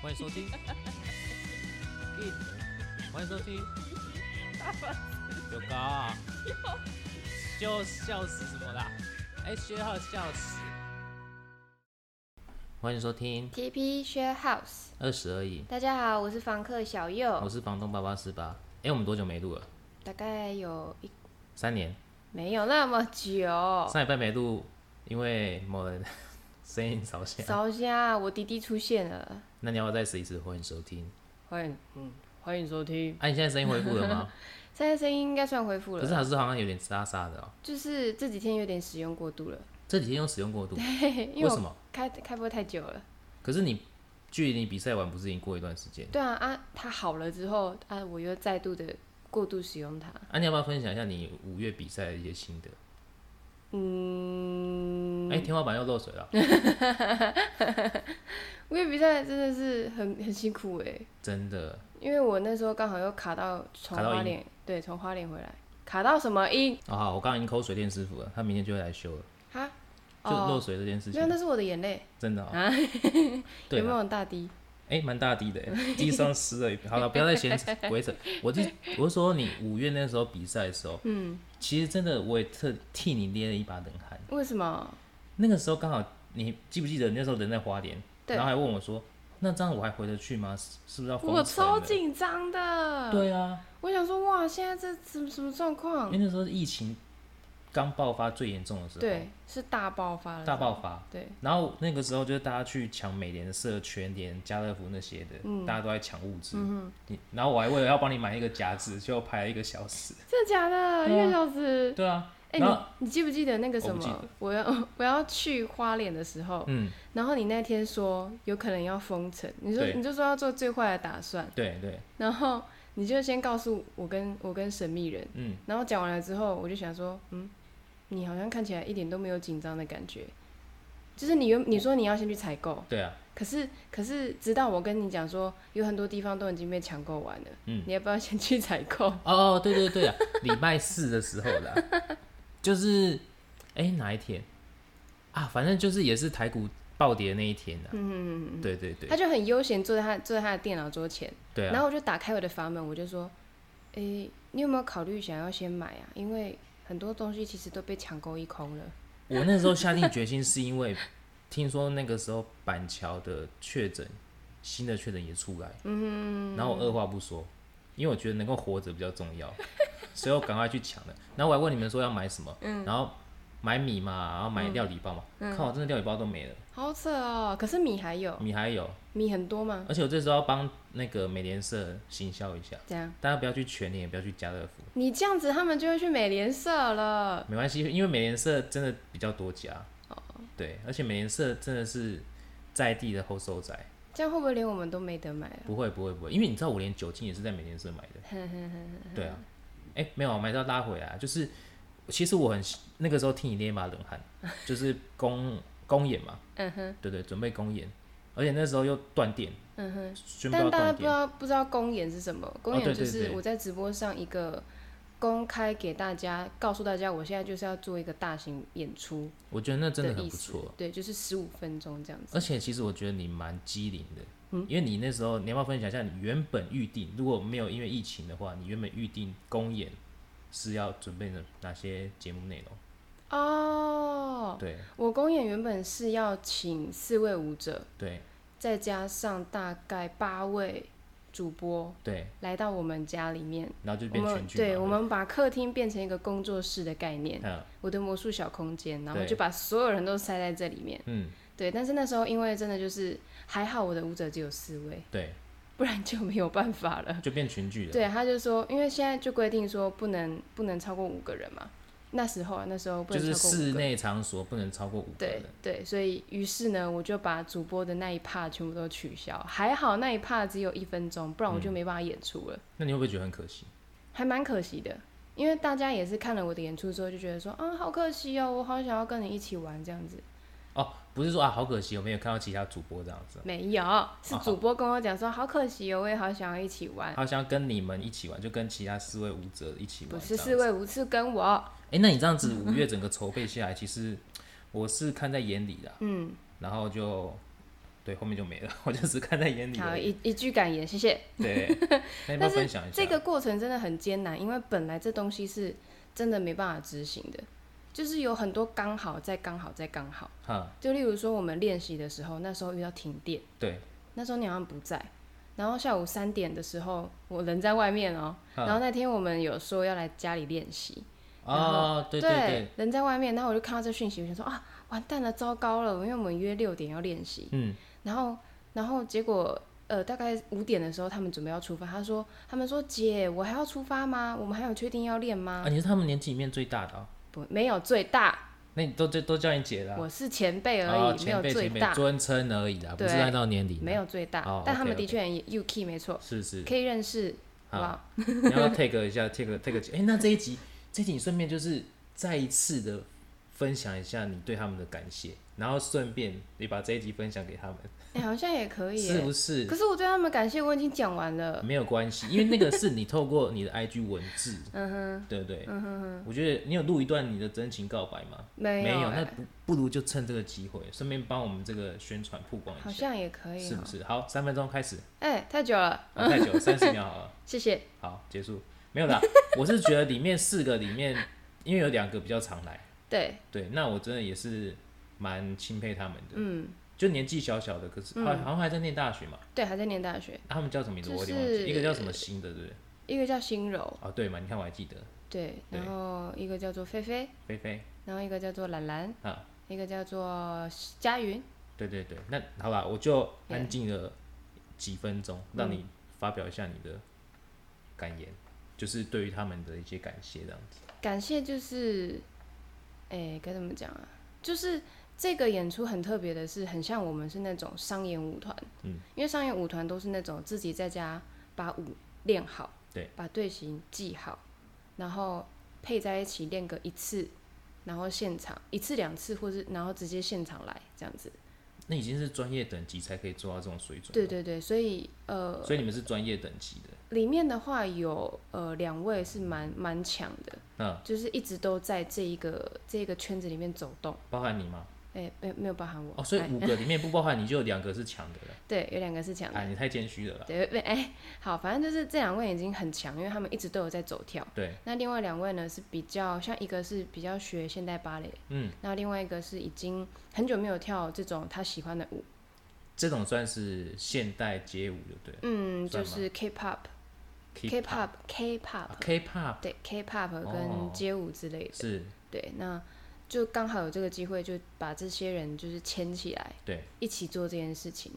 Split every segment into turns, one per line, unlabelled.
欢迎收听 It，欢迎收听有高啊，就笑死什么啦？哎，薛浩笑死，欢迎收听
TP Share House，
二十而已，
大家好，我是房客小
我
右，
是房东八八四八。哎，我们多久没录了？
大概有一
三年，
没有那么 久。
上礼拜没录，因为某人声音吵起来。
烧虾，我弟弟出现了，
那你要不要再试一次？欢迎收听。
欢迎，嗯，欢迎收听。
哎、你现在声 音恢复了吗？
现在声音应该算恢复
可是啊
了，
还是好像有点沙沙的哦、
就是这几天有点使用过度了，
这几天用使用过度，
因
为
为
什
我
么？
开开播太久了。
可是你距离你比赛完不是已经过一段时间？
对啊啊，他好了之后啊，我又再度的过度使用它。
啊，你要不要分享一下你五月比赛的一些心得？嗯，哎、天花板又漏水了，
嗯因为比赛真的是很很辛苦哎、
真的
因为我那时候刚好又卡到从
卡到
花
音
莲，对，从花莲回来，卡到什么音？
哦。好，我刚刚已经扣水电师傅了，他明天就会来修了。
啊？
就漏水这件事
没
情，
有，那是我的眼泪，
真的、哦。 对啊
有没
了，
有很大滴？
哎、蛮大 滴的，地上湿了一片。好了，不要再嫌鬼扯。我就我是说，你五月那时候比赛的时候，嗯，其实真的我也特替你捏了一把冷汗。
为什么？
那个时候刚好，你记不记得那时候人在花莲，
对
然后还问我说：“那这样我还回得去吗？是是不是要封城
我
了
超紧张的，
对嗯啊，
我想说哇，现在这什么什么状
因
况
为？那时候疫情刚爆发最严重的时候，，
对，是大爆发了，
大爆发。
对，
然后那个时候就是大家去抢美联社、全联、家乐福那些的，
嗯
大家都在抢物资。你然后我还为了要帮你买一个夹子，就排了一个小 时。
真的假的？一
对啊
个小时？
对啊，
哎，
然后
你你记不记得那个
我
什
不记
么
得？
我要 我要去花莲的时候，
嗯，
然后你那天说有可能要封城，你说
对
你就说要做最坏的打算，
对对，
然后你就先告诉我跟我跟神秘人，
嗯，
然后讲完了之后，我就想说，嗯，你好像看起来一点都没有紧张的感觉，就是你原你说你要先去采购，
对啊，
可是可是直到我跟你讲说，有很多地方都已经被抢购完了，
嗯
你要不要先去采购？
哦哦，对对对啊，礼拜四的时候啦， 就是哎、哪一天啊？反正就是也是台股暴跌那一天啊。
嗯，
对对对
他就很悠闲坐在他坐在他的电脑桌前，
对
然
啊，
后我就打开我的房门，我就说，诶、你有没有考虑想要先买啊？因为很多东西其实都被抢购一空了。
我那时候下定决心是因为听说那个时候板桥的确诊，新的确诊也出来，嗯，然后我二话不说，因为我觉得能够活着比较重要， 所以我赶快去抢了。然后我还问你们说要买什么，
嗯
然后买米嘛，然后买料理包嘛，看我真的料理包都没了，
好扯嗯哦！可是米还有，
米还有，
米很多吗？
而且我这时候要帮那个美联社行销一下。
这样，
大家不要去全联，也不要去家乐福，
你这样子他们就会去美联社了。
没关系，因为美联社真的比较多家。
哦
对，而且美联社真的是在地的后收宅，
这样会不会连我们都没得买啊了？
不会不会不会，因为你知道我连酒精也是在美联社买 的。对啊，哎、没有，我们还是要拉回来啊，就是其实我很那个时候替你捏一把冷 汗，就是公公演嘛，
嗯哼，
对对，准备公演，而且那时候又断电，
嗯哼。
宣布
但
要
大家
断
不知
电，哦
道不知道公演是什么？公
对
演就
对
是
对
我在直播上一个公开给大家，告诉大家我现在就是要做一个大型演出
我觉得那真的很
意
不
思
错。。
对，就是十五分钟这样子。
而且其实我觉得你蛮机灵的，
嗯
因为你那时候你要不要分享一下你原本预定，如果没有因为疫情的话，你原本预定公演是要准备的哪些节目内容？嗯
哦，
对
我公演原本是要请四位舞者，
对
再加上大概八位主播
对，
来到我们家里面，
然后就
我
变
们
全剧嘛。
对，我们把客厅变成一个工作室的概念。
嗯
我的魔术小空间，然后
对
就把所有人都塞在这里面。
嗯
对，但是那时候因为真的就是还好我的舞者只有四位，
对，
不然就没有办法了。
就变全剧了。
对，他就说，因为现在就规定说不能不能超过五个人嘛。那时候啊，那时候不
就
能
是
超过
室
五个。
内场所不能超过五个
对
人。
对，所以于是呢，我就把主播的那一 part 全部都取消。还好那一 part 只有一分钟，不然
嗯
我就没办法演出了。
那你会不会觉得很可惜？
还蛮可惜的，因为大家也是看了我的演出之后就觉得说啊，好可惜哦，我好想要跟你一起玩这样子。
哦，不是说啊，好可惜，我没有看到其他主播这样子，
没有，是
啊
主播跟我讲说好可惜哦，我也好想要一起玩。
好想要跟你们一起玩，就跟其他四位舞者一起玩。
不
啊这
是
样子
四位无次跟我，哦
哎、那你这样子五
嗯
月
嗯
整个筹备下来，其实我是看在眼里啦。嗯，然后就对，后面就没了，我就只看在眼里
好，
而已。
一一句感言，谢谢。
对， 那要不要
但是
分享一下？
这个过程真的很艰难，因为本来这东西是真的没办法执行的，就是有很多刚好再刚好再刚好。
哈，
就例如说我们练习的时候，那时候遇到停电，
对，
那时候你好像不在。然后下午三点的时候，我人在外面哦、
嗯
然后那天我们有说要来家里练习，
啊，对对对，
人在外面，然后我就看到这讯息，我想说啊，完蛋了，糟糕了，因为我们约六点要练习，
嗯，
然后，然后结果，呃，大概五点的时候，他们准备要出发。他说，他们说姐，我还要出发吗？我们还有确定要练吗？
啊，你是他们年纪里面最大的哦，
不，没有最大，
那你都都都叫你姐了啊，
我是前辈而
啊
已，没有
前辈
最
前辈
大，
尊称而已啦，不是
对
按照年龄，
没，有最大。
哦
但他们的
OK，OK
确很 UK，没错，
是 是，啊
可以认识，好不
好，
好？
你要 take 一下 take take 哎，那这一集这一集你顺便就是再一次的分享一下你对他们的感谢，然后顺便你把这一集分享给他们，
哎、好像也可以
是
耶。
不是？嗯
可是我对他们感谢我已经讲完了，
没有关系，因为那个是你透过你的 IG 文 字，嗯哼，对不对？嗯哼我觉得你有录一段你的真情告白吗？
没
没有，
哎
那不不如就趁这个机会，顺便帮我们这个宣传曝光
好
一下，
像也可以、
是
哦
不。是？好，三分钟开 始，
哎、太久了，
啊、太久，三十秒好了，
谢谢。
好，结束，没有啦。我是觉得里面四个里面，因为有两个比较常来，
对，
对，那我真的也是蛮钦佩他们的，嗯，就年纪小小的，可是好好像还在念大学嘛，
对，还在念大学，
他们叫什么名字？
嗯就
我有点忘记，
是
一个叫什么新的，对不对？
一个叫心柔，
哦，对嘛，你看我还记得，
对，
对
然后一个叫做菲菲，
菲菲
然后一个叫做兰兰，
啊，
一个叫做佳云。
对对对，那好啦，我就安静了几分钟，让
嗯
你发表一下你的感言，就是对于他们的一些感谢这样子。
感谢就是，哎、该怎么讲啊？就是这个演出很特别的是，很像我们是那种商演舞团，
嗯，
因为商演舞团都是那种自己在家把舞练好，
对，
把队形记好，然后配在一起练个一次，然后现场一次两次，或是然后直接现场来这样子。
那已经是专业等级才可以做到这种水准，
对，对对，所以呃，
所以你们是专业等级的，
里面的话有呃两位是蛮蛮强的，
那
就是一直都在这一个这一个圈子里面走动。
包含你吗？
哎、没有没有包含我
哦，所以
哎
五个里面不包含你，就有两个是强的了。
对，有两个是强的。
哎，你太谦虚了啦。
对，哎、好，反正就是这两位已经很强，因为他们一直都有在走跳。
对，
那另外两位呢是比较像一个是比较学现代芭蕾，
嗯，
那另外一个是已经很久没有跳这种他喜欢的舞，
这种算是现代街舞，对不对
嗯，
算
就
吗
是 K-pop、
K-pop
K-pop、K-pop，
啊，K-pop
对 K-pop
哦
跟街舞之类的，
是
对，那就刚好有这个机会，就把这些人就是牵起来，
对。
一起做这件事情。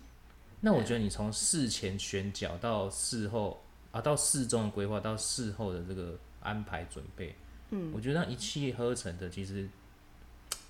那我觉得你从事前选角到事后啊，到事中的规划到事后的这个安排准备，嗯，我觉得那一气呵成的，其实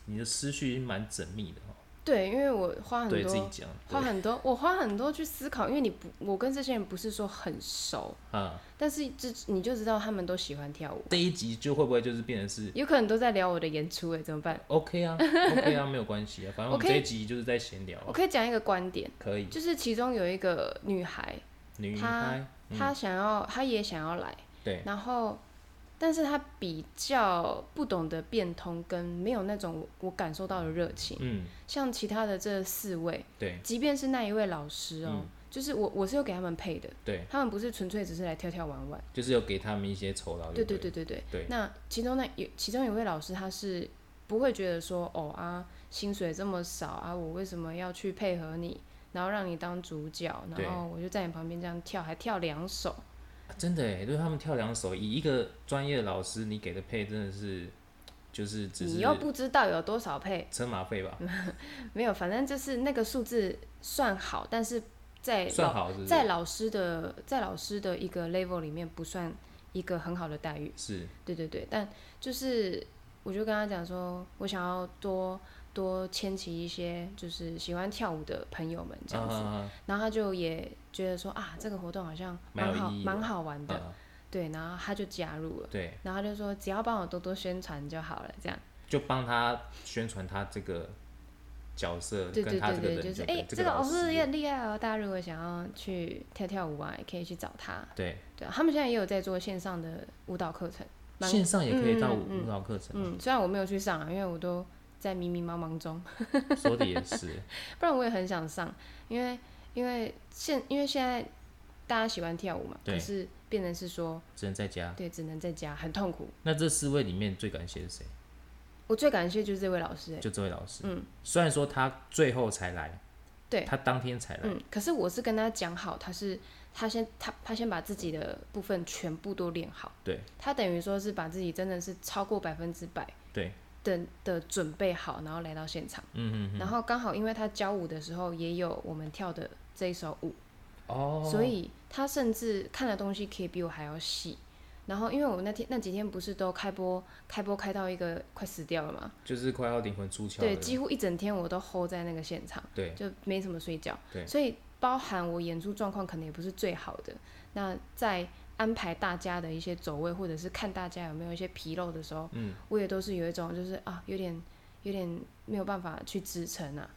你的思绪蛮缜密的哦，
对，因为我花很
对
多
自己讲，
花
对
很多，我花很多去思考，因为你不，我跟这些人不是说很熟，
啊，
但是这你就知道他们都喜欢跳舞，
这一集就会不会就是变成是
有可能都在聊我的演出，哎，怎么办？
OK 啊，OK 啊，没有关系啊，反正我们
OK
这一集就是在闲聊，
我可以讲一个观点，
可以，
就是其中有一个女孩，
女
她
孩，
她想要，她也想要来，
嗯对，
然后，但是她比较不懂得变通，跟没有那种我我感受到的热情，
嗯，
像其他的这四位，
对
即便是那一位老师哦，
嗯
就是我我是有给他们配的，
对，
他们不是纯粹只是来跳跳玩玩。
就是有给他们一些酬劳，
对
哦对
对对对对。
对
那其中那有其中有位老师，他是不会觉得说，哦啊，薪水这么少啊，我为什么要去配合你，然后让你当主角，
对
然后我就在你旁边这样跳，还跳两首。
啊真的哎，对他们跳两首，以一个专业的老师，你给的配真的是，就是只
你
是
又不知道有多少配，
车马费吧，
没有，反正就是那个数字算好，但是在
算
老
好是不是？
在老师的在老师的一个 level 里面不算一个很好的待遇。
是
对对对，但就是我就跟他讲说，我想要多多牵起一些就是喜欢跳舞的朋友们这样子，
啊
然后他就也觉得说啊，这个活动好像
蛮有
蛮好
意义的
蛮好玩的，
啊
对，然后他就加入了，
对，
然后他就说只要帮我多多宣传就好了，这样，
就帮他宣传他这个角色
对
呃跟
对
他
对
这个
对，
人，
就是
对
哎，
这
这个
老
偶
师
是也很厉害哦，大家如果想要去跳跳舞啊，也可以去找他，
对，
对啊，他们现在也有在做线上的舞蹈课程，蛮
线上也可以到
嗯嗯嗯
舞蹈课程，
嗯，虽然我没有去上啊，因为我都在迷迷茫茫中。
说的也是，
不然我也很想上，因为因为现因为现在大家喜欢跳舞嘛，
对
可是变成是说，
只能在家。
对，只能在家，很痛苦。
那这四位里面最感谢谁？
我最感谢就是这位老师、欸，
就这位老师。嗯，虽然说他最后才来，
对
他当天才来，
嗯，可是我是跟他讲好，他是他先他他先把自己的部分全部都练好，
对
他等于说是把自己真的是超过百分之百
对，
的的准备好，然后来到现场，
嗯嗯
然后刚好因为他教舞的时候也有我们跳的这一首舞，
哦，
所以他甚至看的东西可以比我还要细。然后，因为我们那天那几天不是都开播，开播开到一个快死掉了嘛，
就是快要灵魂出窍
对，
了
几乎一整天我都 hold 在那个现场，
对
就没怎么睡觉
对，
所以包含我演出状况可能也不是最好的。那在安排大家的一些走位，或者是看大家有没有一些纰漏的时候，
嗯，
我也都是有一种就是啊，有点有点没有办法去支撑啊，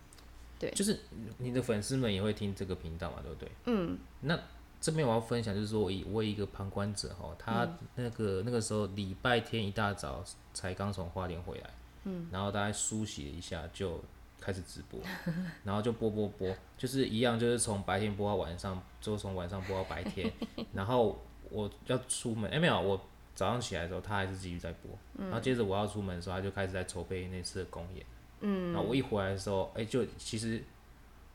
就是你的粉丝们也会听这个频道嘛，对不对？
嗯，
那这边我要分享，就是说我以我以一个旁观者哈，他那个、那个时候礼拜天一大早才刚从花莲回来，嗯，然后大概梳洗了一下就开始直播，然后就播播播，就是一样，就是从白天播到晚上，就从晚上播到白 天，然后我要出门，哎、没有我。早上起来的时候，他还是继续在播，然后接着我要出门的时候，他就开始在筹备那次的公演。嗯，然后我一回来的时候，哎、就其实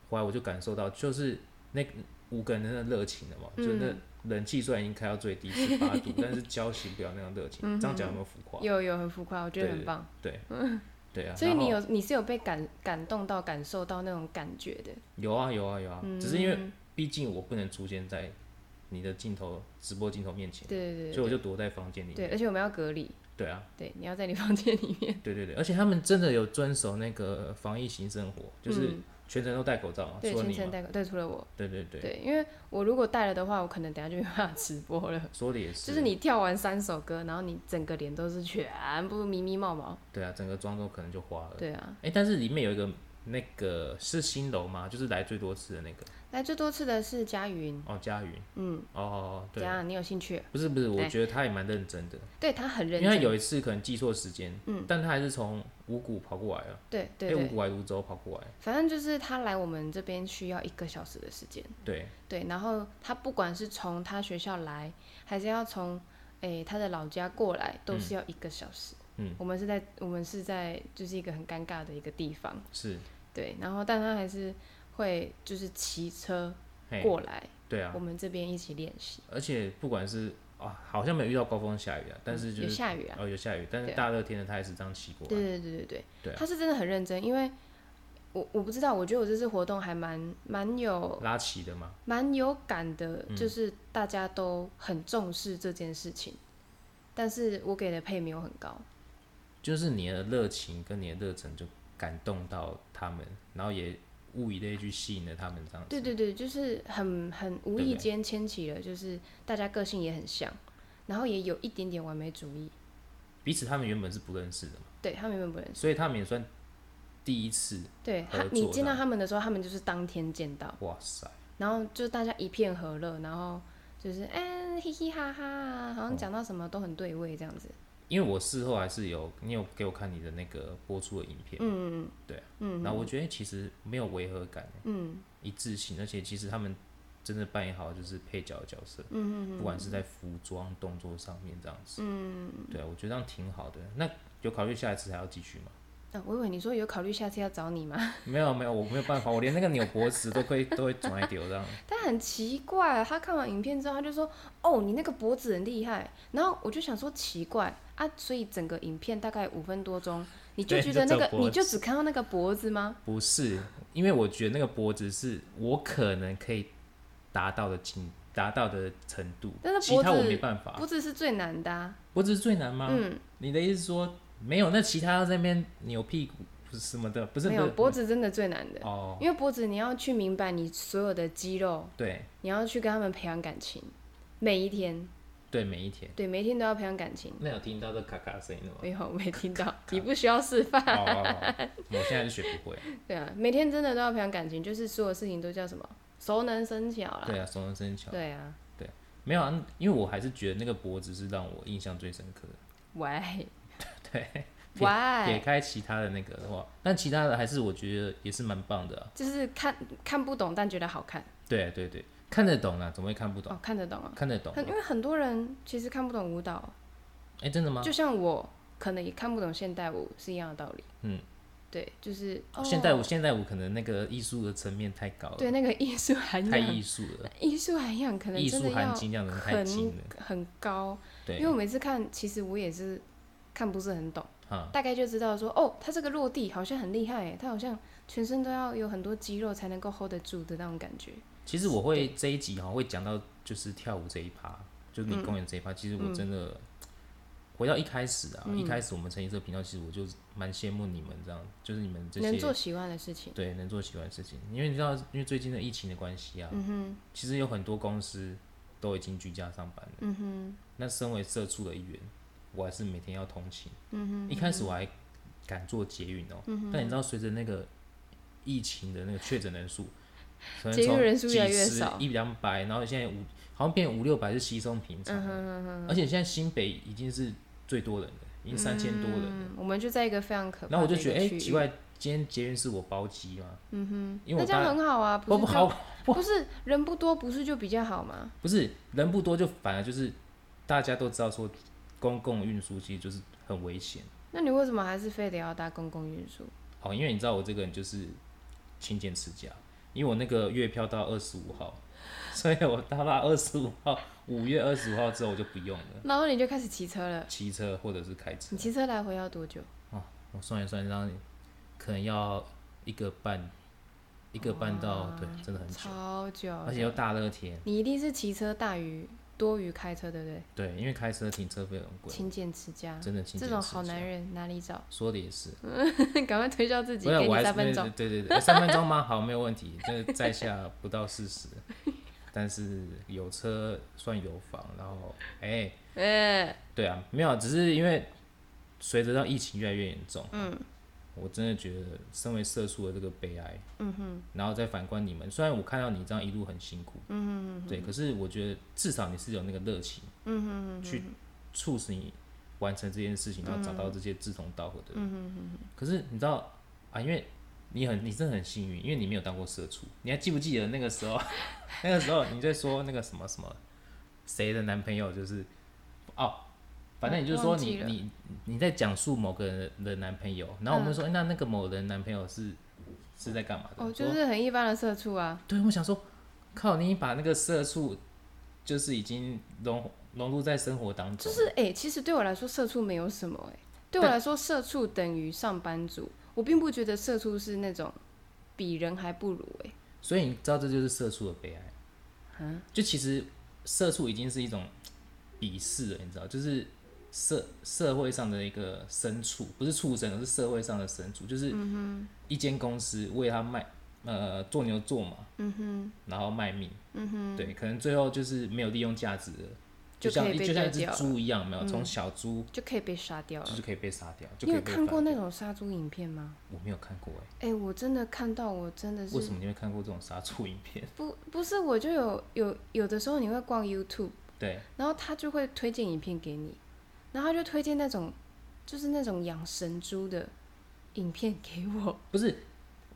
回来我就感受到，就是那五个人的那热情了嘛，就那冷气虽然已经开到最低十八 度，但是浇熄不了那种热情。这样讲有没有浮夸？
有有很浮夸，我觉得
对
很棒。
对，对啊。
所以你
然后
有你是有被感感动到感受到那种感觉的，
有啊有啊有啊，
嗯
只是因为毕竟我不能出现在你的镜头直播镜头面前，
对对对
所以我就躲在房间里
对，
面。
而且我们要隔离，
对啊，
对，你要在你房间 里面，
对对对，而且他们真的有遵守那个防疫型生活，就是
嗯
全程都戴口罩嘛，
对，
除了
全
你
程
嘛。
戴口，对，除了我，
对对对，
对，因为我如果戴了的话，我可能等下就没办法直播了。
说的也是。
就是你跳完三首歌，然后你整个脸都是全部迷迷冒冒，
对啊，整个妆都可能就花了。
对啊。
哎，但是里面有一个那个是新楼吗？就是来最多次的那个。
来最多次的是佳云，
哦，佳云，
嗯，
哦哦，
怎
对，
样？你有兴趣？
不是不是，我
对
觉得他也蛮认真的，
对他很认
因为他
真，
有一次可能记错时间，嗯，但他还是从五股跑过来了，
对对
哎，五
对，
股还是泸州跑过来，
反正就是他来我们这边需要一个小时的时间。
对，
对，然后他不管是从他学校来，还是要从诶、他的老家过来，都是要一个小时。
嗯，
我们是在我们是在就是一个很尴尬的一个地方，
是，
对，然后但他还是会就是骑车
嘿，
过来，
对啊
我，们这边一起练习。
而且不管是啊，好像没有遇到高峰下雨啊，但是就
嗯有
是
下雨啊，
哦有下雨，但是
对啊
大热天的他也是这样骑过来，
对对对对对，
对啊
他是真的很认真，因为我我不知道，我觉得我这次活动还蛮蛮有
拉骑的嘛，
蛮有感的，就是大家都很重视这件事情，但是我给的配没有很高，
就是你的热情跟你的热忱就感动到他们，然后也物以类聚吸引了他们这样子，
对对对，就是很很
对
无
不
意
对
间牵起了，就是大家个性也很像，然后也有一点点完美主义，
彼此他们原本是不认识的嘛，
对他们原本不认识，
所以他们也算第一次，
对
合
他你
作
见到
的
他们的时候，他们就是当天见到。
哇塞。
然后就大家一片和乐，然后就是嗯、嘻嘻哈哈，好像讲到什么都很对味这样子。
因为我事后还是有，你有给我看你的那个播出的影片，嗯嗯，对啊，嗯，然后我觉得其实没有违和感，嗯，一致性，而且其实他们真的扮演好就是配角的角色，嗯嗯不管是在服装、动作上面这样子，嗯，对啊，我觉得这样挺好的。那有考虑下一次还要继续吗？
啊，我以为你说有考虑下次要找你吗？
没有没有，我没有办法，我连那个扭脖子都会 都会转来丢这样，
但很奇怪，他看完影片之后，他就说：“哦，你那个脖子很厉害。”然后我就想说奇怪啊，所以整个影片大概五分多钟，你就
对
觉
就
得
只
那
有
个
脖
你就只看到那个脖子吗？
不是，因为我觉得那个脖子是我可能可以达到的境，达到的程度，
但是
其
脖
他我
子
没办法，啊
脖子是最难的、啊，
脖子是最难吗？
嗯，
你的意思说没有？那其他在那边扭屁股什么的，不是
没有
不是
脖子真的最难的，
哦，
因为脖子你要去明白你所有的肌肉，
对
你要去跟他们培养感情，每一天。
对，每一天。
对，每天都要培养感情。
那有听到这咔咔声音的吗？
没有，我没听到， 你不需要示范。
哦哦哦，我现在就学不会。
对啊，每天真的都要培养感情，就是所有事情都叫什么熟能生巧啦。
对啊，熟能生巧。
对啊，
没有啊，因为我还是觉得那个脖子是让我印象最深刻的。
喂，
对，撇
Why？
撇开其他的那个的话，但其他的还是我觉得也是蛮棒的、啊。
就是看看不懂，但觉得好看
对对对，看得懂啊，怎么会看不懂？
哦，看得懂啊。
看得懂啊、
很因为很多人其实看不懂舞蹈，
哎、真的吗？
就像我可能也看不懂现代舞是一样的道理。
嗯，
对，就是、哦、
现代舞，现代舞可能那个艺术的层面太高了，
对那个艺术涵
太
养，
艺术了，
艺术涵养可能
艺
真的
术
要
含金量可能太
很
精了。
很高，因
对
为，我每次看，其实我也是看不是很懂，
啊，
大概就知道说，哦，他这个落地好像很厉害耶，他好像全身都要有很多肌肉才能够 hold 得住的那种感觉。
其实我会这一集哈会讲到就是跳舞这一趴，就是
嗯
你公演这一趴，其实我真的。回到一开始啊，
嗯
一开始我们成立这个频道，其实我就蛮羡慕你们这样，就是你们这些
能做喜欢的事情，
对，能做喜欢的事情，因为你知道，因为最近的疫情的关系啊，
嗯
其实有很多公司都已经居家上班了，嗯哼。那身为社畜的一员，我还是每天要通勤，嗯哼。一开始我还敢做捷运哦、
嗯
但你知道，随着那个疫情的那个确诊人数，可能
捷运
从
人数越来
几
越
十
少
一两百，然后现在五好像变五六百是稀松平
嗯
常，而且现在新北已经是最多人了，已经三千多人了。
嗯，我们就在一个非常可怕的
然后我就觉得，哎、
一个区域
奇，怪，今天捷运是我包机吗？嗯哼，因为
那
我
这样
搭
很好啊，
不
不
不
是就
好，
不是人不多，不是就比较好吗？
不是人不多，就反而就是大家都知道说，公共运输其实就是很危险
那你为什么还是非得要搭公共运输？
哦，因为你知道我这个人就是勤俭持家，因为我那个月票到二十五号， 所以我到了二十五号，五月二十五号之后我就不用了，
然后你就开始骑车了。
骑车或者是开车
你，骑车来回要多久？
我算一算，然后可能要一个半，一个半到对，真的很久，
超久的，
而且又大热天。
你一定是骑车大于多于开车，对不对？
对，因为开车停车费很贵，
勤俭持家，
真的勤
这
俭
种
持
好
家
男人哪里找？
说的也是，
赶快推销自己，
不是
给
我
你
还是
三分钟。
对对对，三分钟吗？好，没有问题。这在下不到四十，但是有车算有房，然后哎、
哎，
对啊，没有，只是因为随着到疫情越来越严重，嗯，我真的觉得身为社畜的这个悲哀，嗯哼，然后再反观你们，虽然我看到你这样一路很辛苦，嗯哼对，可是我觉得至少你是有那个热情，嗯哼去促使你完成这件事情，然后找到这些志同道合的人，嗯哼可是你知道啊，因为。你很，你真的很幸运，因为你没有当过社畜。你还记不记得那个时候？ 那个时候你在说那个什么什么，谁的男朋友就是哦，反正你就说
忘记
你
了
你你在讲述某个人的男朋友，然后我们说、诶哎那那个某人男朋友是是在干嘛的？
嗯哦，就
我说
是很一般的社畜啊。
对，我想说，靠，你把那个社畜就是已经融融入在生活当中，
就是哎、其实对我来说，社畜没有什么哎、对我
但
来说，社畜等于上班族。我并不觉得社畜是那种比人还不如哎、
所以你知道这就是社畜的悲哀。
嗯，
就其实社畜已经是一种鄙视了，你知道，就是社社会上的一个牲畜，不是畜生，而是社会上的牲畜，就是
嗯
一间公司为他卖呃做牛做马，嗯哼，然后卖命，嗯哼，对，可能最后就是没有利用价值了，
就
像
可以被
就像一
丢
只
掉了嗯
猪一样，没有从小猪
就可以被杀掉
就
了。
是可以被杀掉，就
你
可以
有
被
看过
反
那
掉？
种杀猪影片吗？
我没有看过哎、
哎、我真的看到，我真的是
为什么你会看过这种杀猪影片？
不不是，我就有有有的时候你会逛 YouTube，
对，
然后他就会推荐影片给你，然后他就推荐那种就是那种养神猪的影片给我，
不是，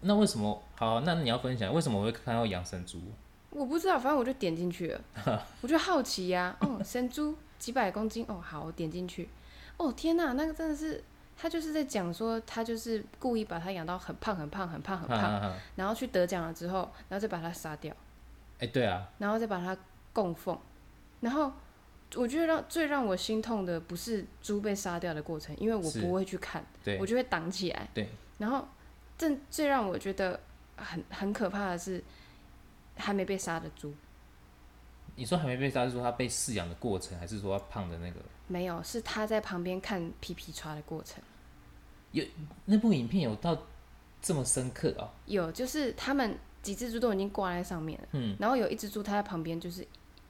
那为什么？好，那你要分享为什么我会看到养生猪？
我不知道，反正我就点进 去了，我就好奇呀、哦，神猪几百公斤，哦，好，我点进去，哦，天呐，那个真的是。他就是在讲说，他就是故意把它养到很胖、很胖、很胖、很
哈
啊胖，
哈哈
然后去得奖了之后，然后再把它杀掉。
哎、对啊，
然后再把它供奉。然后我觉得让最让我心痛的不是猪被杀掉的过程，因为我
是
不会去看，
对
我就会挡起来。
对。
然后正最让我觉得很很可怕的是还没被杀的猪，
你说还没被杀，是说他被饲养的过程，还是说他胖的那个？
没有，是他在旁边看皮皮刷的过程。
那部影片有到这么深刻啊、
有，就是他们几只猪都已经挂在上面了，
嗯，
然后有一只猪它在旁边就是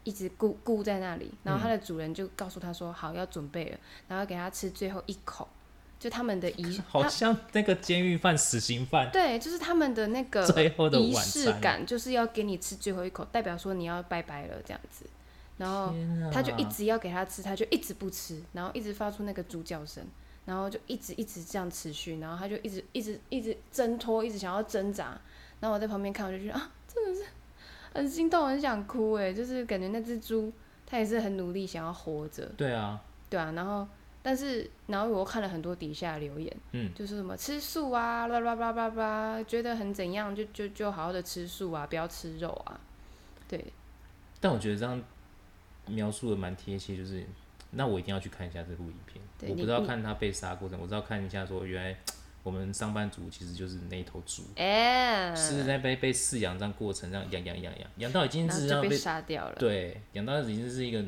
一直咕咕在那里，然后
嗯
它的主人就告诉它说好要准备了，然后给它吃最后一口，就他们的仪，
好
它
像那个监狱犯、死刑犯
对，就是他们的那个
最后的
仪
晚
式
餐。
感，就是要给你吃最后一口，代表说你要拜拜了这样子，然后
天啊！
他就一直要给它吃，它就一直不吃，然后一直发出那个猪叫声，然后就一直一直这样持续，然后他就一直一直一直挣脱，一直想要挣扎，然后我在旁边看，我就觉得啊，真的是很心动，很想哭哎，就是感觉那只猪它也是很努力想要活着，
对啊，
对啊，然后但是然后我又看了很多底下留言，
嗯，
就是什么吃素啊，啦啦啦啦啦，觉得很怎样，就就就好好的吃素啊，不要吃肉啊，对，
但我觉得这样描述的蛮贴切，就是那我一定要去看一下这部影片。
对
我不
你
知道
你
看他被杀过程，我知道看一下说原来我们上班族其实就是那一头猪，
哎、
是在被被饲养这样过程，这样养养养养养到已经
然后
是
就
让
被
被
杀掉了。
对养到已经是一个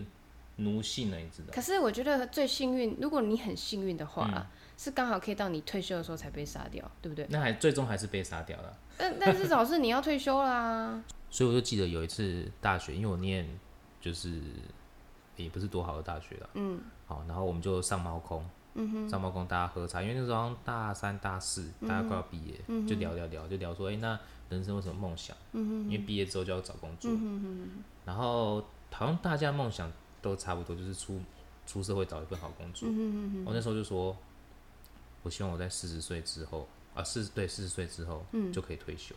奴性了，你知道？
可是我觉得最幸运，如果你很幸运的话
嗯
啊、是刚好可以到你退休的时候才被杀掉，对不对？
那还最终还是被杀掉了。
但 但至少是你要退休啦。
所以我就记得有一次大学，因为我念就是也不是多好的大学啦，嗯，好，然后我们就上猫空，嗯哼，嗯上猫空大家喝茶，因为那时候好像大三大四，大家快要毕业，就聊聊聊，就聊说，哎、那人生有什么梦想？嗯哼，因为毕业之后就要找工作，嗯哼然后好像大家梦想都差不多，就是出出社会找一份好工作，嗯哼我那时候就说，我希望我在四十岁之后。啊，四对四十岁之后，就可以退休。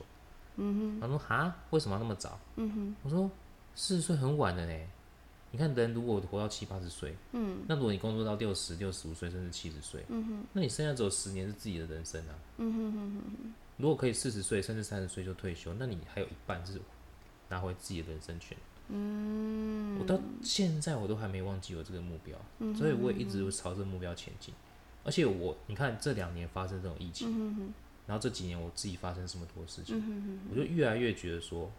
他说哈，为什么要那么早？嗯嗯哼，我说四十岁很晚了呢。你看人如果活到七八十岁，嗯，那如果你工作到六十六十五岁甚至七十岁，嗯哼，那你剩下只有十年是自己的人生啊。嗯哼哼哼如果可以四十岁甚至三十岁就退休，那你还有一半是拿回自己的人生权。嗯，我嗯到现在我都还没忘记有这个目标，所以我也一直朝着目标前进。而且我，你看这两年发生这种疫情，然后这几年我自己发生这么多事情，我就越来越觉得说，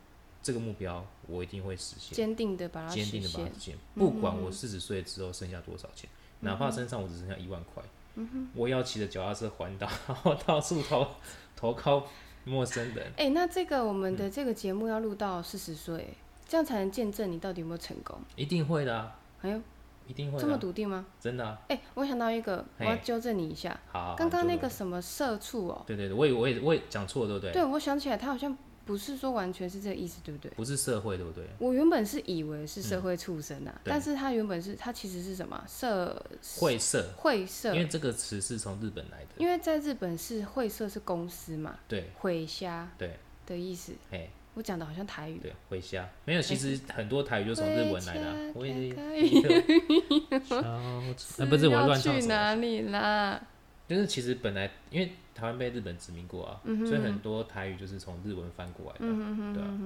这个目标我一定会实现，
坚定的把它
坚
啊实
定的把它
现嗯
实，现。不管我四十岁之后剩下多少钱，哪怕身上我只剩下一万块，
嗯
我也要骑着脚踏车环岛，然后到处投投靠陌生人。
哎、那这个我们
嗯
的这个节目要录到四十岁，这样才能见证你到底有没有成功。
一定会的、啊，
哎呦，
一定会
这
的
么
啊、
笃定吗？
真的、啊。
哎、我想到一个，
嘿
我要纠正你一下，
好好，好
刚刚那
就
个什么社畜哦、
对对对，我也我也我也讲错了，对不对？
对我想起来，他好像不是说完全是这个意思，对不对？
不是社会，对不对？
我原本是以为是社会畜生啊，
嗯对
但是他原本是他其实是什么社
会社，
会
因
社，
为这个词是从日本来的。
因为在日本是会社是公司嘛，
对
会虾
对，
的意思。
哎，
我讲的好像台语，
对，回家没有，其实很多台语就从日文来的啊、我也
回家
也 有小丑，啊不是我
要
乱唱
去
什么？啊
哪里啦？
就是其实本来因为台湾被日本殖民过啊，所以很多台语就是从日文翻过来的啊，对啊，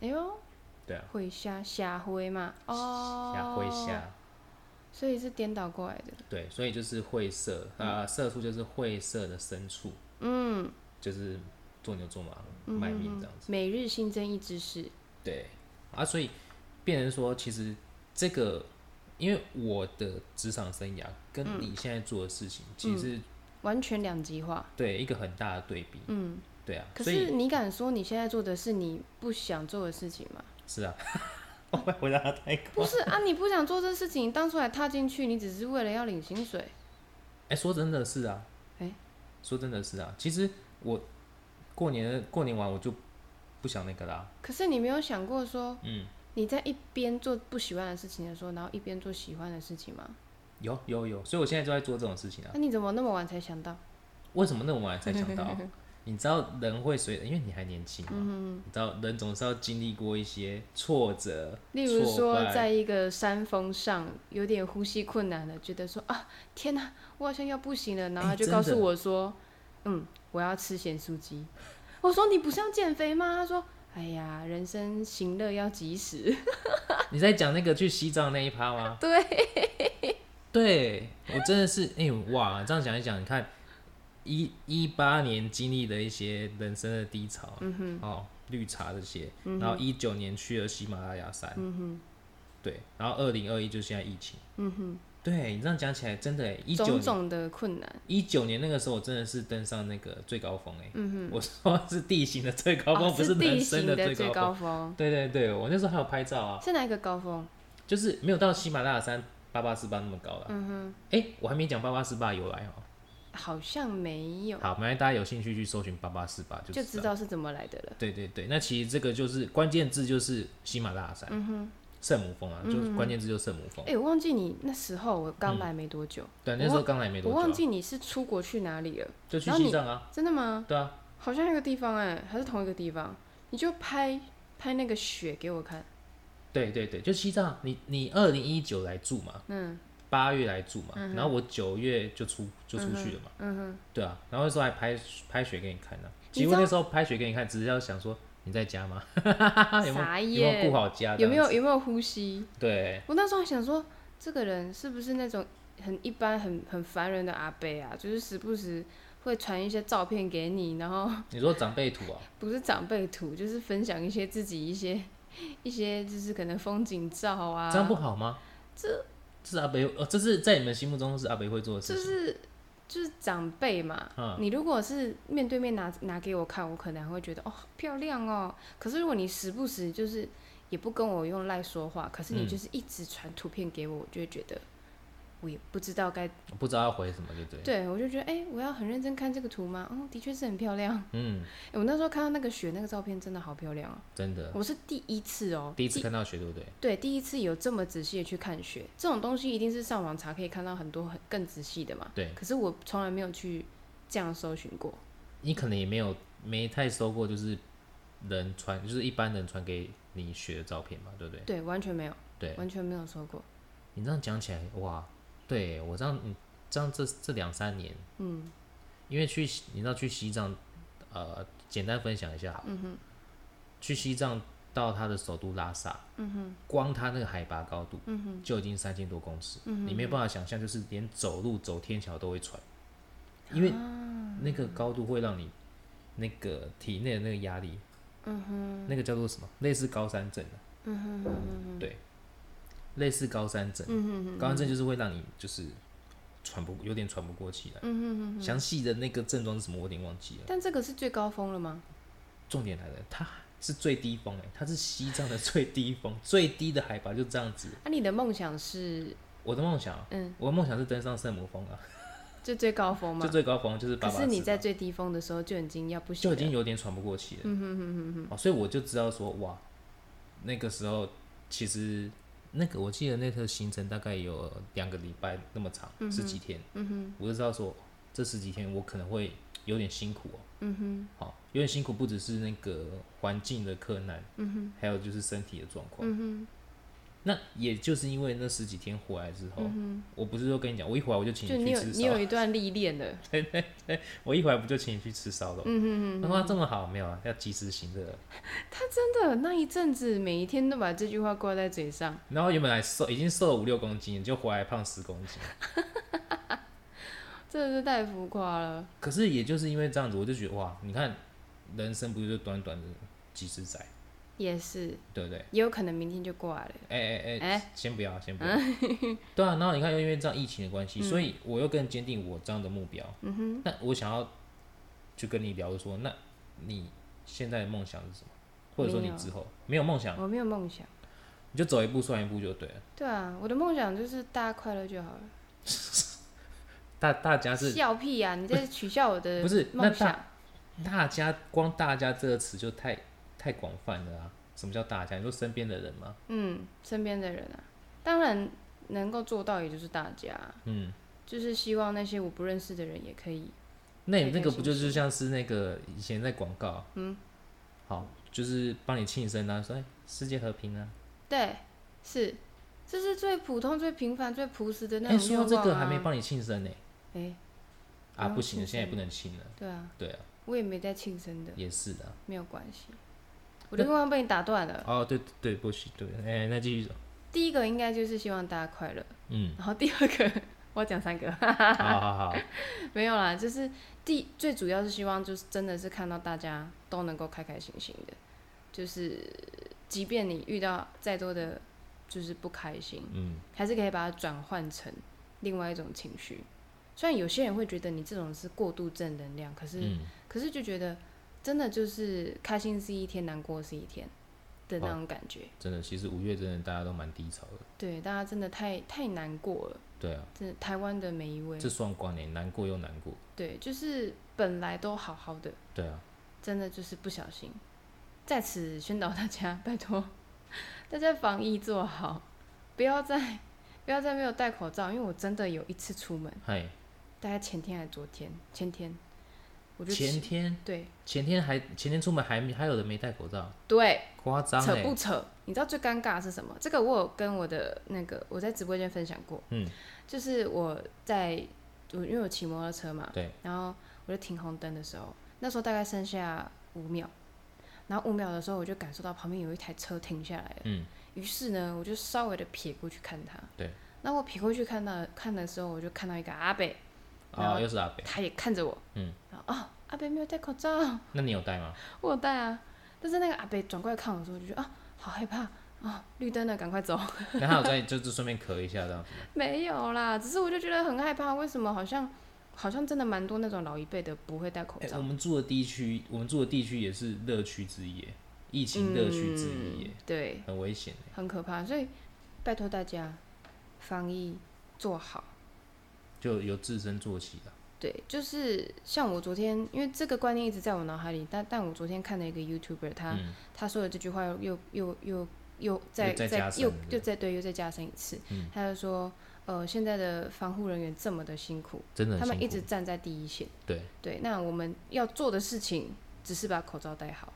哎呦，
对啊，
会虾虾灰嘛，哦，
下会，下，
所以是颠倒过来的。
对，所以就是会社啊，社畜就是会社的牲畜，
嗯，
就是做牛做马卖命这样子，
每日新增一知识，
对啊，所以变成说其实这个。因为我的职场生涯跟你现在做的事情，其实是
完全两极化。
对一个很大的对比。嗯，对啊，
可
所以
是你敢说你现在做的是你不想做的事情吗？
是啊， 我会回答他太
不
快。
是啊，你不想做这事情，你当初还踏进去，你只是为了要领薪水。
哎、说真的是啊，
哎
说真的是啊，其实我过年过年完我就不想那个啦，
可是你没有想过说，
嗯，
你在一边做不喜欢的事情的时候，然后一边做喜欢的事情吗？
有有有，所以我现在就在做这种事情啊
那、。你怎么那么晚才想到？
为什么那么晚才想到？啊你知道人会随着，因为你还年轻嘛，你知道人总是要经历过一些挫折，
例如
挫
说，
败
在一个山峰上有点呼吸困难了，觉得说啊，天哪、我好像要不行了，然后
哎
他就
真的
告诉我说，嗯，我要吃咸酥鸡。我说你不是要减肥吗？他说，哎呀，人生行乐要及时。
你在讲那个去西藏那一趴吗？
对，
对我真的是，哎、哇，这样想一想，你看一一八年经历的一些人生的低潮，
嗯
哦，绿茶这些，然后一九年去了喜马拉雅山，
嗯
对，然后二零二一就现在疫情，对你这样讲起来，真的，哎一九
种种的困难。
一九年那个时候，我真的是登上那个最高峰、哎、我说是地形的最高峰，
嗯哦
不是
地
人生
形
最
最
峰，
高峰，
对对对，我那时候还有拍照啊，
是哪一个高峰？
就是没有到喜马拉雅山八八四八那么高了。嗯哼，哎、我还没讲八八四八由来哦、
好像没有，
好，麻烦大家有兴趣去搜寻八八四八哦就
就
知
知
道。
道是怎么来的了。
对对对，那其实这个就是关键字，就是喜马拉雅山。嗯哼，圣母峰啊，就是关键字就是圣母峰
哎、。我忘记你那时候我刚来没多久，
对，
我
那时候刚来嗯没
我
多
忘
久啊，
记你是出国去哪里了，
就去
然后
西
你
藏啊，
真的吗？
对啊，
好像那个地方哎、还是同一个地方，你就拍拍那个雪给我看，
对对对，就西藏。你你二零一九来住嘛，
嗯，
八月来住嘛，然后我九月就出就出去了嘛，嗯哼，对啊，然后那时候还拍拍雪给你看呢、
你知
结
道
果那时候拍雪给你看，只是要想说你在家吗？啊有没
傻
有有没有
眼
顾，好家？
有没
这样
有
子？
有没有呼吸？
对，
我那时候还想说，这个人是不是那种很一般、很很烦人的阿伯啊？就是时不时会传一些照片给你，然后
你说长辈图啊，
不是长辈图，就是分享一些自己一些一些就是可能风景照啊
这，样不好吗？这这是阿北，哦，这是在你们心目中是阿北会做的事
就
情。
是就是长辈嘛。
嗯
你如果是面对面拿拿给我看，我可能还会觉得哦好漂亮哦。可是如果你时不时就是也不跟我用赖说话，可是你
嗯
就是一直传图片给我，我就会觉得我也不知道该
我不知道要回什么，对不对？
对，我就觉得，哎、我要很认真看这个图吗？嗯，的确是很漂亮。
嗯，
哎、我那时候看到那个雪那个照片，真的好漂亮啊！
真的，
我是第一次哦、
嗯第一次看到雪，对不对？
对，第一次有这么仔细的去看雪，这种东西一定是上网查可以看到很多很更仔细的嘛。
对
可是我从来没有去这样搜寻过。
你可能也没有没太收过，就是人传，就是一般人传给你雪的照片嘛，对不对？
对，完全没有，
对，
完全没有搜过。
你这样讲起来，哇，对我这样，嗯这样这这两三年，嗯，因为去西你知道去西藏，呃，简单分享一下好，嗯哼，去西藏到它的首都拉萨，嗯哼，光它那个海拔高度，嗯哼，就已经三千多公尺，嗯你没有办法想象，就是连走路走天桥都会喘，因为那个高度会让你那个体内的那个压力，嗯哼，那个叫做什么？类似高山症、啊、嗯哼嗯对。类似高山症，高山症就是会让你就是喘不有点喘不过气来。详细的那个症状是什么，我有点忘记了。
但这个是最高峰了吗？
重点来了，它是最低峰哎、它是西藏的最低峰，最低的海拔就这样子。
啊，你的梦想是
我的梦想，
嗯，
我的梦想是登上圣母峰啊，
就最高峰
就
吗？
最高峰就是八
可
八
是你
四
在
嘛
最低峰的时候就已经要不行
就
了，
已经有点喘不过气了。嗯哼哼哼哼。哦，所以我就知道说，哇，那个时候其实那个我记得那个行程大概有两个礼拜那么长，十几天。嗯哼。我就知道说，这十几天我可能会有点辛苦哦。嗯哼。好，有点辛苦，不只是那个环境的困难，嗯哼，还有就是身体的状况。嗯哼。那也就是因为那十几天回来之后，我不是说跟你讲，我一回来我嗯就请
就
你
你
去
有
吃
你
烧
有一段历练了。
我一回来不就请你去吃烧肉？嗯哼他说这么好，没有啊，要及时行乐。
真的，那一阵子每一天都把这句话挂在嘴上。
然后原本还瘦，已经瘦了五六公斤，就回来胖十公斤。
真的是太浮夸了。
可是也就是因为这样子，我就觉得哇，你看人生不是就短短的几十载，
也是，
对不对？
也有可能明天就挂了。
哎哎哎，
哎
先不要，先不要。 对啊，然后你看，又因为这样疫情的关系，所以我又更坚定我这样的目标。嗯哼，那我想要就跟你聊说，那你现在的梦想是什么？或者说
没
你
有
之后没有梦哦想，
我没有梦想。
你就走一步算一步就对了。
对啊，我的梦想就是大家快乐就好了。
大大家是
笑屁啊！你在取笑我 的
不是那
梦想？
大家光“大家”这个词就太太广泛了啊！什么叫大家？你说身边的人吗？
嗯，身边的人啊，当然能够做到，也就是大家，啊
嗯，
就是希望那些我不认识的人也可以。
那
开
你
开
那个不就
心心
是像是那个以前在广告，嗯，好，就是帮你庆生啊，说哎世界和平啊。
对，是，这是最普通、最平凡、最朴实的那
哎，
种
说
愿
到
望、啊
这个还没。帮你庆生呢，
哎、
啊
不用
不行，
庆
现在也
生
不能庆了。
对啊，
对啊，
我也没在庆生的，
也是的啊。
没有关系。我的愿望被你打断了。
哦，对对，不行，对，哎，那继续走。
第一个应该就是希望大家快乐，，
嗯
然后第二个我要讲三个，
好好好，
没有啦，就是第最主要是希望就是真的是看到大家都能够开开心心的，就是即便你遇到再多的就是不开心，
嗯，
还是可以把它转换成另外一种情绪。虽然有些人会觉得你这种是过度正能量，可是、
嗯，
可是就觉得真的就是开心是一天，难过是一天的那种感觉。
真的，其实五月真的大家都蛮低潮的。
对，大家真的太太难过了，
对啊，
真的台湾的每一位
这，双关联，难过又难过。
对，就是本来都好好的。
对啊，
真的就是不小心。在此宣导大家，拜托 大家防疫做好，不要再不要再没有戴口罩，因为我真的有一次出门，
嗨，
大概前天还是昨天，前天，我就
前
骑
天
对
前天还前天出门还没还有人没戴口罩，
对
夸张
扯
哎
不，扯？你知道最尴尬的是什么？这个我有跟我的那个我在直播间分享过，
嗯，
就是我在我因为我骑摩托车嘛，
对，
然后我就停红灯的时候，那时候大概剩下五秒，然后五秒的时候我就感受到旁边有一台车停下来了，
嗯，
于是呢我就稍微的撇过去看他，
对，
那我撇过去看到看的时候，我就看到一个阿北，然
啊、
后
又是阿北，
他也看着我，
嗯，
然后哦阿北没有戴口罩，
那你有戴吗？
我有戴啊，但是那个阿北转过来看我的时候，我就觉得啊好害怕。啊，绿灯了，赶快走！
那他有在就是顺便咳一下这样子吗，
没有啦，只是我就觉得很害怕，为什么好像好像真的蛮多那种老一辈的不会戴口
哎、
罩
我？们住的地区，我们住的地区也是乐区之一耶，疫情乐区之一耶，
嗯对，
很危险耶。
很可怕。所以拜托大家，防疫做好。
就由自身做起的。
对，就是像我昨天，因为这个观念一直在我脑海里，但但我昨天看了一个 YouTuber，他、
嗯，
他说的这句话又又又又又再
再加深
又
对不对
又再对又再加深一次。
嗯
他就说，呃，现在的防护人员这么的辛苦，
真的
他
很辛
们
苦。
一直站在第一线。
对
对，那我们要做的事情只是把口罩戴好。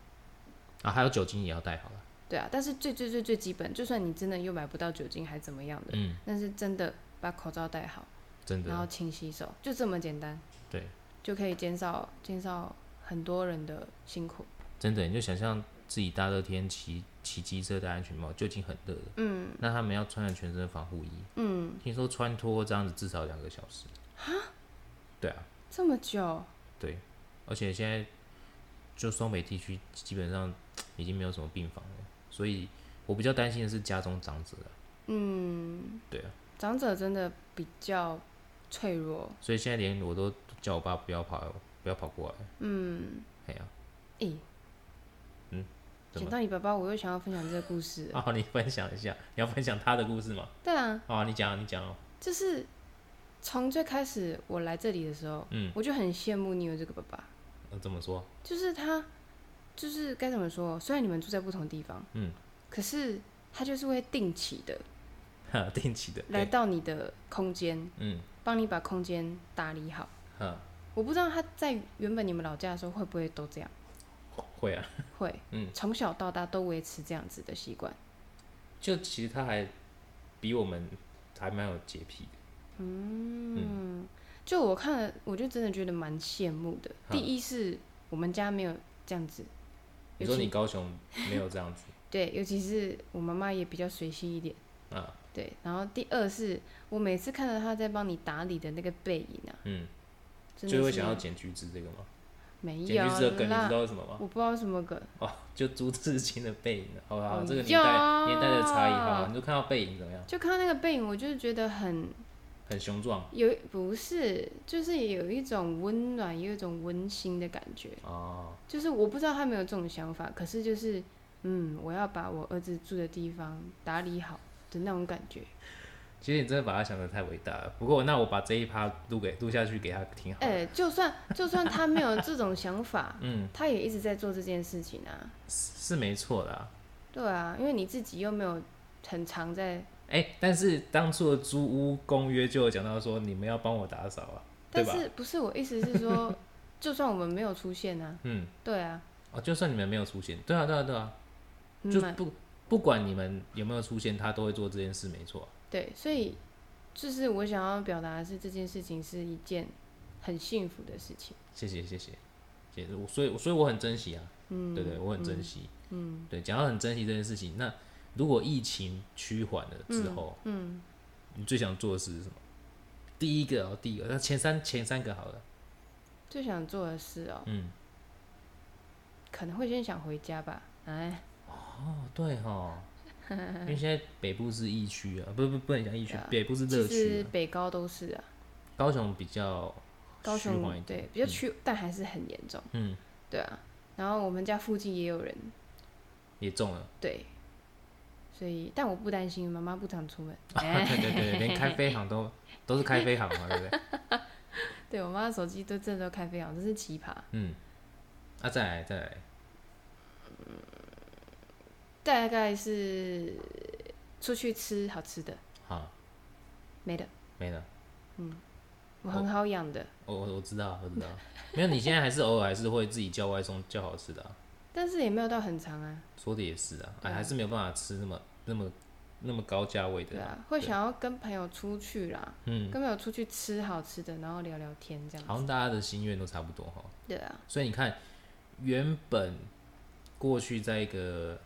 啊，还有酒精也要带好了。
对啊，但是最最最最基本，就算你真的又买不到酒精还怎么样的，
嗯，
但是真的把口罩戴好，
真
然后
的。
勤洗手，就这么简单，
对，
就可以减少减少很多人的辛苦。
真的，你就想象自己大热天骑骑机车戴安全帽，就已经很热了。
嗯
那他们要穿着全身防护衣，
嗯，
听说穿脱这样子至少两个小时。对啊，
这么久，
对，而且现在就双北地区基本上已经没有什么病房了，所以我比较担心的是家中长者啊。
嗯，
对啊，
长者真的比较脆弱。
所以现在连我都叫我爸不要跑，不要跑过来。
嗯，
哎呀、
咦、
怎
讲
么
到你爸爸，我又想要分享这个故事了。
啊，你分享一下，你要分享他的故事吗？
对啊，
啊，你讲啊，你讲啊，
就是从最开始我来这里的时候，
嗯
我就很羡慕你有这个爸爸。
呃怎么说？
就是他，就是该怎么说？虽然你们住在不同地方，
嗯，
可是他就是会定期的
哈，定期的，
来
对，
到你的空间，
嗯，
帮你把空间打理好。
哈，
我不知道他在原本你们老家的时候会不会都 这样，
会啊，
会，
嗯，
从小到大都维持这样子的习惯。
就其实他还比我们还蛮有洁癖的，
嗯，就我看了，我就真的觉得蛮羡慕的。
嗯
第一是我们家没有这样子，
你
尤
说
其
你高雄没有这样子
对，尤其是我妈妈也比较随性一点。
啊？
对，然后第二是我每次看到他在帮你打理的那个背影啊，
嗯，
真的
就会
是
想要检举之这个吗？
没
检
有
举之的梗你知
啦，
道是什么吗？
我不知道什么梗，
哦，就朱自清的背影啊，好不好？
哦
这个年代
呀
年代的差异，好不好？你就看到背影怎么样？
就看到那个背影，我就觉得很
很雄壮
有不是，就是有一种温暖，有一种温馨的感觉。
哦，
就是我不知道他有没有这种想法，可是就是嗯，我要把我儿子住的地方打理好的那种感觉。
其实你真的把他想的太伟大了。不过那我把这一趴录给录下去给他听好了。，
哎、就算就算他没有这种想法
嗯，
他也一直在做这件事情啊。
是是没错啦。
对啊，因为你自己又没有很常在
哎、但是当初的租屋公约就有讲到说，你们要帮我打扫啊，对
但
吧？
是不是我意思是说， 就算我们没有出现啊，
嗯，
对啊，
哦，就算你们没有出现，对啊，对啊，对啊，就
嗯，
不不管你们有没有出现，他都会做这件事，没错啊。
对，所以就是我想要表达的是，这件事情是一件很幸福的事情。
谢谢，谢谢，谢谢。我所以，所以我很珍惜啊，
嗯，
对不对，我很珍惜。嗯，对，讲到很珍惜这件事情，那如果疫情趋缓了之后，
嗯，
你最想做的事是什么？第一个哦，第一个，那前三前三个好了，
最想做的事哦，
嗯，
可能会先想回家吧。哎，
哦，对 哈，因为现在北部是疫区啊，不不不能讲疫区
对啊，
北部是
其
热区、
实
啊，
北高都是啊，
高雄比较
高
虚缓一
雄
点，
对比较区，但还是很严重。
嗯，
对啊，然后我们家附近也有人，
也中 了，
对，所以但我不担心，妈妈不常出门。
对对对对，连开飞航都都是开飞航嘛，对不对？
对我妈的手机都真的都开飞扬，真是奇葩。
嗯，啊，再来再来，
大概是出去吃好吃的，
好，
没的，
没了。哦
我很好养的。
我我我知道，我知道。没有，你现在还是偶尔还是会自己叫外送叫好吃的、啊，
但是也没有到很长啊，
说的也是啊，哎，还是没有办法吃那么那么那么高价位
对
的、
啊，会想要跟朋友出去啦，
嗯，
跟朋友出去吃好吃的，然后聊聊天这样
好
子，
像大家的心愿都差不多哈。
对啊，
所以你看，原本过去在一个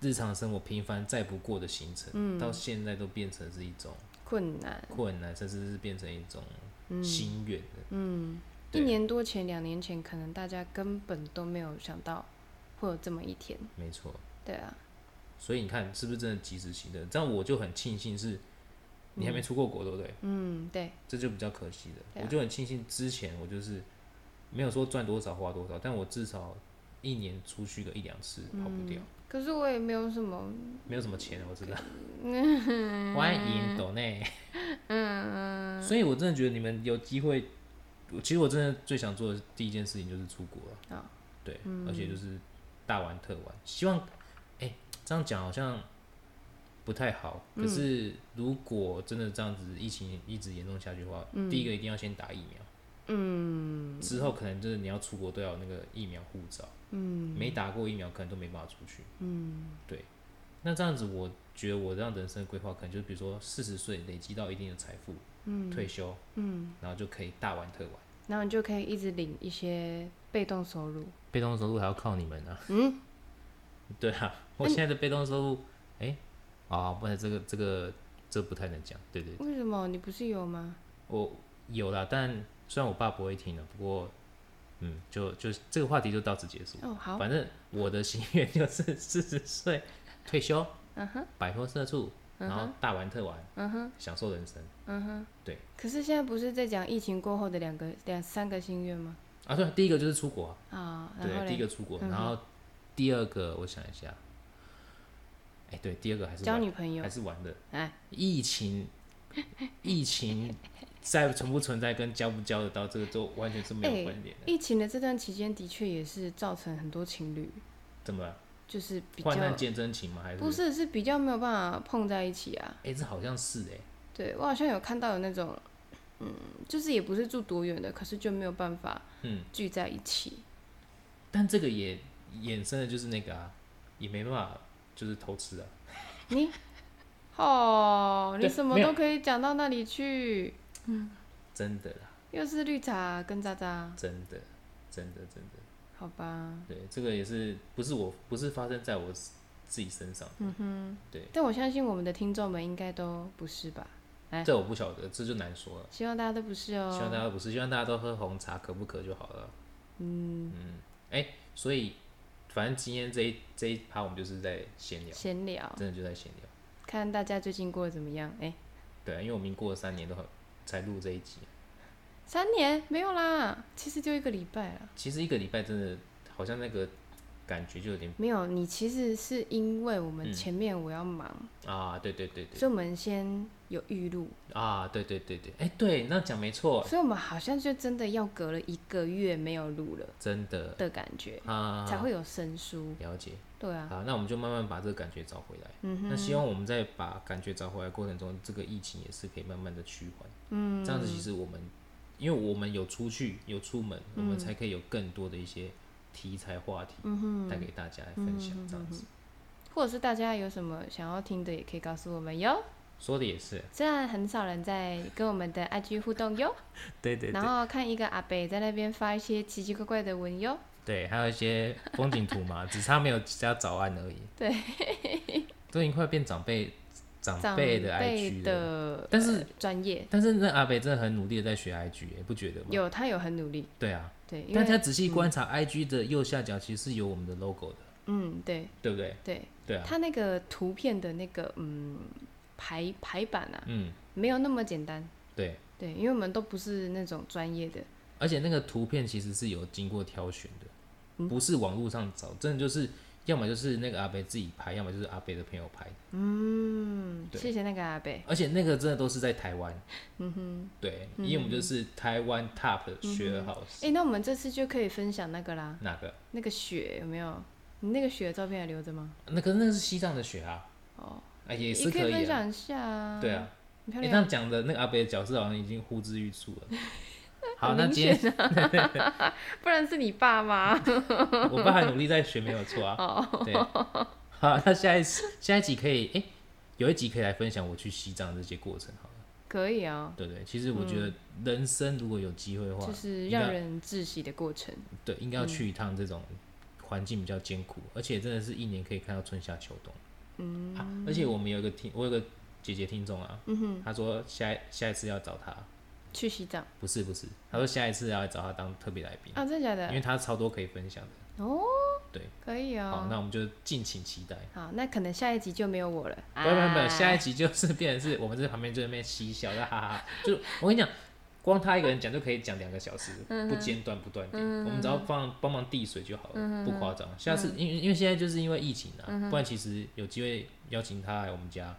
日常生活平凡再不过的行程，
嗯
到现在都变成是一种
困难。
困难，甚至是变成一种
嗯
心愿的。
一
对
年多前、两年前，可能大家根本都没有想到会有这么一天，
没错，
对啊，
所以你看是不是真的及时行乐？这样我就很庆幸是，你还没出过国，对不对？
嗯，对，
这就比较可惜的。
对啊
我就很庆幸之前我就是没有说赚多少花多少，但我至少一年出去个一两次跑
嗯
不掉，
可是我也没有什么，
没有什么钱我知 道。欢迎抖内，嗯，所以我真的觉得你们有机会，我其实我真的最想做的第一件事情就是出国了。
啊
对，而且就是大玩特玩，希望哎、这样讲好像。不太好，可是如果真的这样子疫情一直严重下去的话，第一个一定要先打疫苗。之后可能就是你要出国都要有那个疫苗护照，嗯，没打过疫苗可能都没办法出去，嗯，对。那这样子，我觉得我这样的人生规划可能就是，比如说四十岁累积到一定的财富，嗯，退休，嗯，然后就可以大玩特玩。
然后你就可以一直领一些被动收入，
被动收入还要靠你们啊，嗯， 对啊，我现在的被动收入，哎、啊，不然这个这个这不太能讲，对对
为什么？你不是有吗？
我有啦，但虽然我爸不会听了，啊不过，嗯，就就这个话题就到此结束。
哦，好，
反正我的心愿就是 四十岁退休，
嗯哼，
摆脱社畜，然后大玩特玩，
嗯哼，
享受人生
嗯哼，
对。
可是现在不是在讲疫情过后的两个两三个心愿吗？
啊。对，第一个就是出国啊，
啊、然后
对，第一
嘞，
个出国，
嗯哼
然后第二个我想一下，哎，对，第二个还是
交
玩
女朋友
还，是玩的，
哎，
疫情， 疫情在存不存在跟交不交得到这个都完全是没
哎
有关联的，
疫情的这段期间的确也是造成很多情侣
怎么了
就是比
患难
较
见真情吗？还是
不？是是比较没有办法碰在一起啊。
哎，这好像是哎，
对我好像有看到有那种，嗯，就是也不是住多远的，可是就没有办法
嗯，
聚在一起。
但这个也衍生的就是那个啊，也没办法，就是偷吃啊。
你哦，你
对
什么
没有
都可以讲到那里去，
真的啦，
又是绿茶跟渣渣，
真的，真的，真的，
好吧？
对，这个也是不是我不是发生在我自己身上的，嗯哼，对，
但我相信我们的听众们应该都不是吧？哎
这我不晓得，这就难说了。
希望大家都不是
希望大
哦。
家不是，希望大家都喝红茶，可不可就好了。嗯嗯，哎、所以反正今天这一这一趴我们就是在闲聊，
闲聊，
真的就在闲聊。
看大家最近过得怎么样？哎、
对，啊因为我们已经过了三年都很才录这一集，
三年没有啦，其实就一个礼拜啦。
其实一个礼拜真的好像那个感觉就有点
没有，你其实是因为我们
嗯
前面我要忙，
啊，对对对对。
所以我们先有预录，
啊，对对对对，哎、对，那讲没错，
所以我们好像就真的要隔了一个月没有录了
真的
的感觉，
啊，
才会有生疏。
了解。
对啊，
好，那我们就慢慢把这个感觉找回来。嗯那希望我们在把感觉找回来的过程中，这个疫情也是可以慢慢的趋缓。嗯，这样子其实我们，因为我们有出去，有出门，我们才可以有更多的一些题材话题，嗯带给大家来分享。这样子
或者是大家有什么想要听的，也可以告诉我们哟。
说的也是，
虽然很少人在跟我们的 IG 互动哟，
对对
然后看一个阿北在那边发一些奇奇怪怪的文哟，
对，还有一些风景图嘛，只差没有加早安而已。
对，
都已经快变长辈长
长
辈
辈
的 IG 了。
的
但是
呃专业
但是那阿北真的很努力的在学 IG，欸、不觉得吗？
有他有很努力，
对啊，
对，因
大家
为
仔细观察 IG 的右下角，其实是有我们的 logo 的，
嗯对
对不对？
对，
对啊，
他那个图片的那个嗯排排版啊，
嗯，
没有那么简单。
对，
对，因为我们都不是那种专业的，
而且那个图片其实是有经过挑选
嗯
的，不是网络上找，真的就是要么就是那个阿北自己拍，要么就是阿北的朋友拍，
嗯，
对
谢谢那个阿贝，
而且那个真的都是在台湾，嗯哼，对，因为我们就是台湾
嗯
top 的学号
哎、那我们这次就可以分享那个啦，
哪个
那个雪有没有？你那个血的照片还留着吗？
那可是那是西藏的雪啊，
哦，
啊也
你
是
以分
以啊，
享一下啊。
对，啊。
很漂
你、欸、
亮
这
啊。
样讲的那个阿北的角色好像已经呼之欲出 了。好，
很
那
明
今天
显啊不然是你爸 妈
我爸还努力在学，没有错啊。
哦。
对，好，那下一次下一集可以，哎、有一集可以来分享我去西藏这些过程，好了，
可以啊，
对不对？其实我觉得人生如果有机会的话，
就是嗯
应该
让人窒息的过程。
对应该要去一趟这种环境比较艰苦，而且真的是一年可以看到春夏秋冬。嗯、啊，而且我们有一个听，我有个姐姐听众啊，嗯、她说下一下一次要找她，
去西藏
不是不是，她说下一次要来找她当特别来宾，
啊，真的假
因
的？
为她超多可以分享的。
哦，
对，
可以
好，
哦。
那我们就敬请期待。
好，那可能下一集就没有我了。
不不不，
哎
下一集就是变成是我们在旁边就在那边嬉笑，哈哈哈。就是我跟你讲，光他一个人讲就可以讲两个小时，不间断不断点。我们只要帮帮忙递水就好了，不夸张。下次因为因为现在就是因为疫情啊，不然其实有机会邀请他来我们家，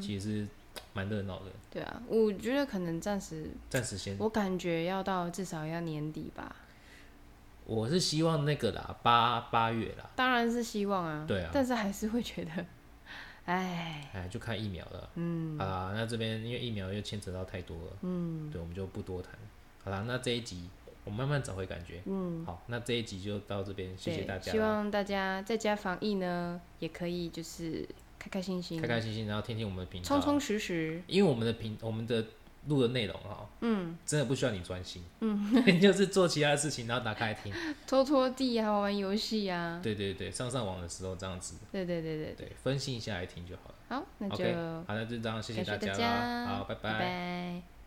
其实是蛮热闹的。
对啊，我觉得可能暂时，
暂时先，
我感觉要到至少要年底吧。
我是希望那个啦，八八月啦，
当然是希望啊，
对啊
但是还是会觉得，哎，
哎，就看疫苗了。嗯，好啦，那这边因为疫苗又牵扯到太多了，嗯，对，我们就不多谈。好啦，那这一集我慢慢找回感觉。嗯，好，那这一集就到这边，谢谢
对
大家
希
啦，
望大家在家防疫呢，也可以就是开开心心，
开开心心，啊然后听听我们的频道，
充充实实，
因为我们的频我们的录的内容哈，嗯，真的不需要你专心，嗯， 就是做其他的事情，然后打开来听。
拖拖地啊，玩玩游戏啊，
对对对，上上网的时候这样子，
对对对对，
对，分心一下来听就好了。
好，那就
OK，好，那就这样，谢谢
感谢
大
大
家啦，
家
好，
拜拜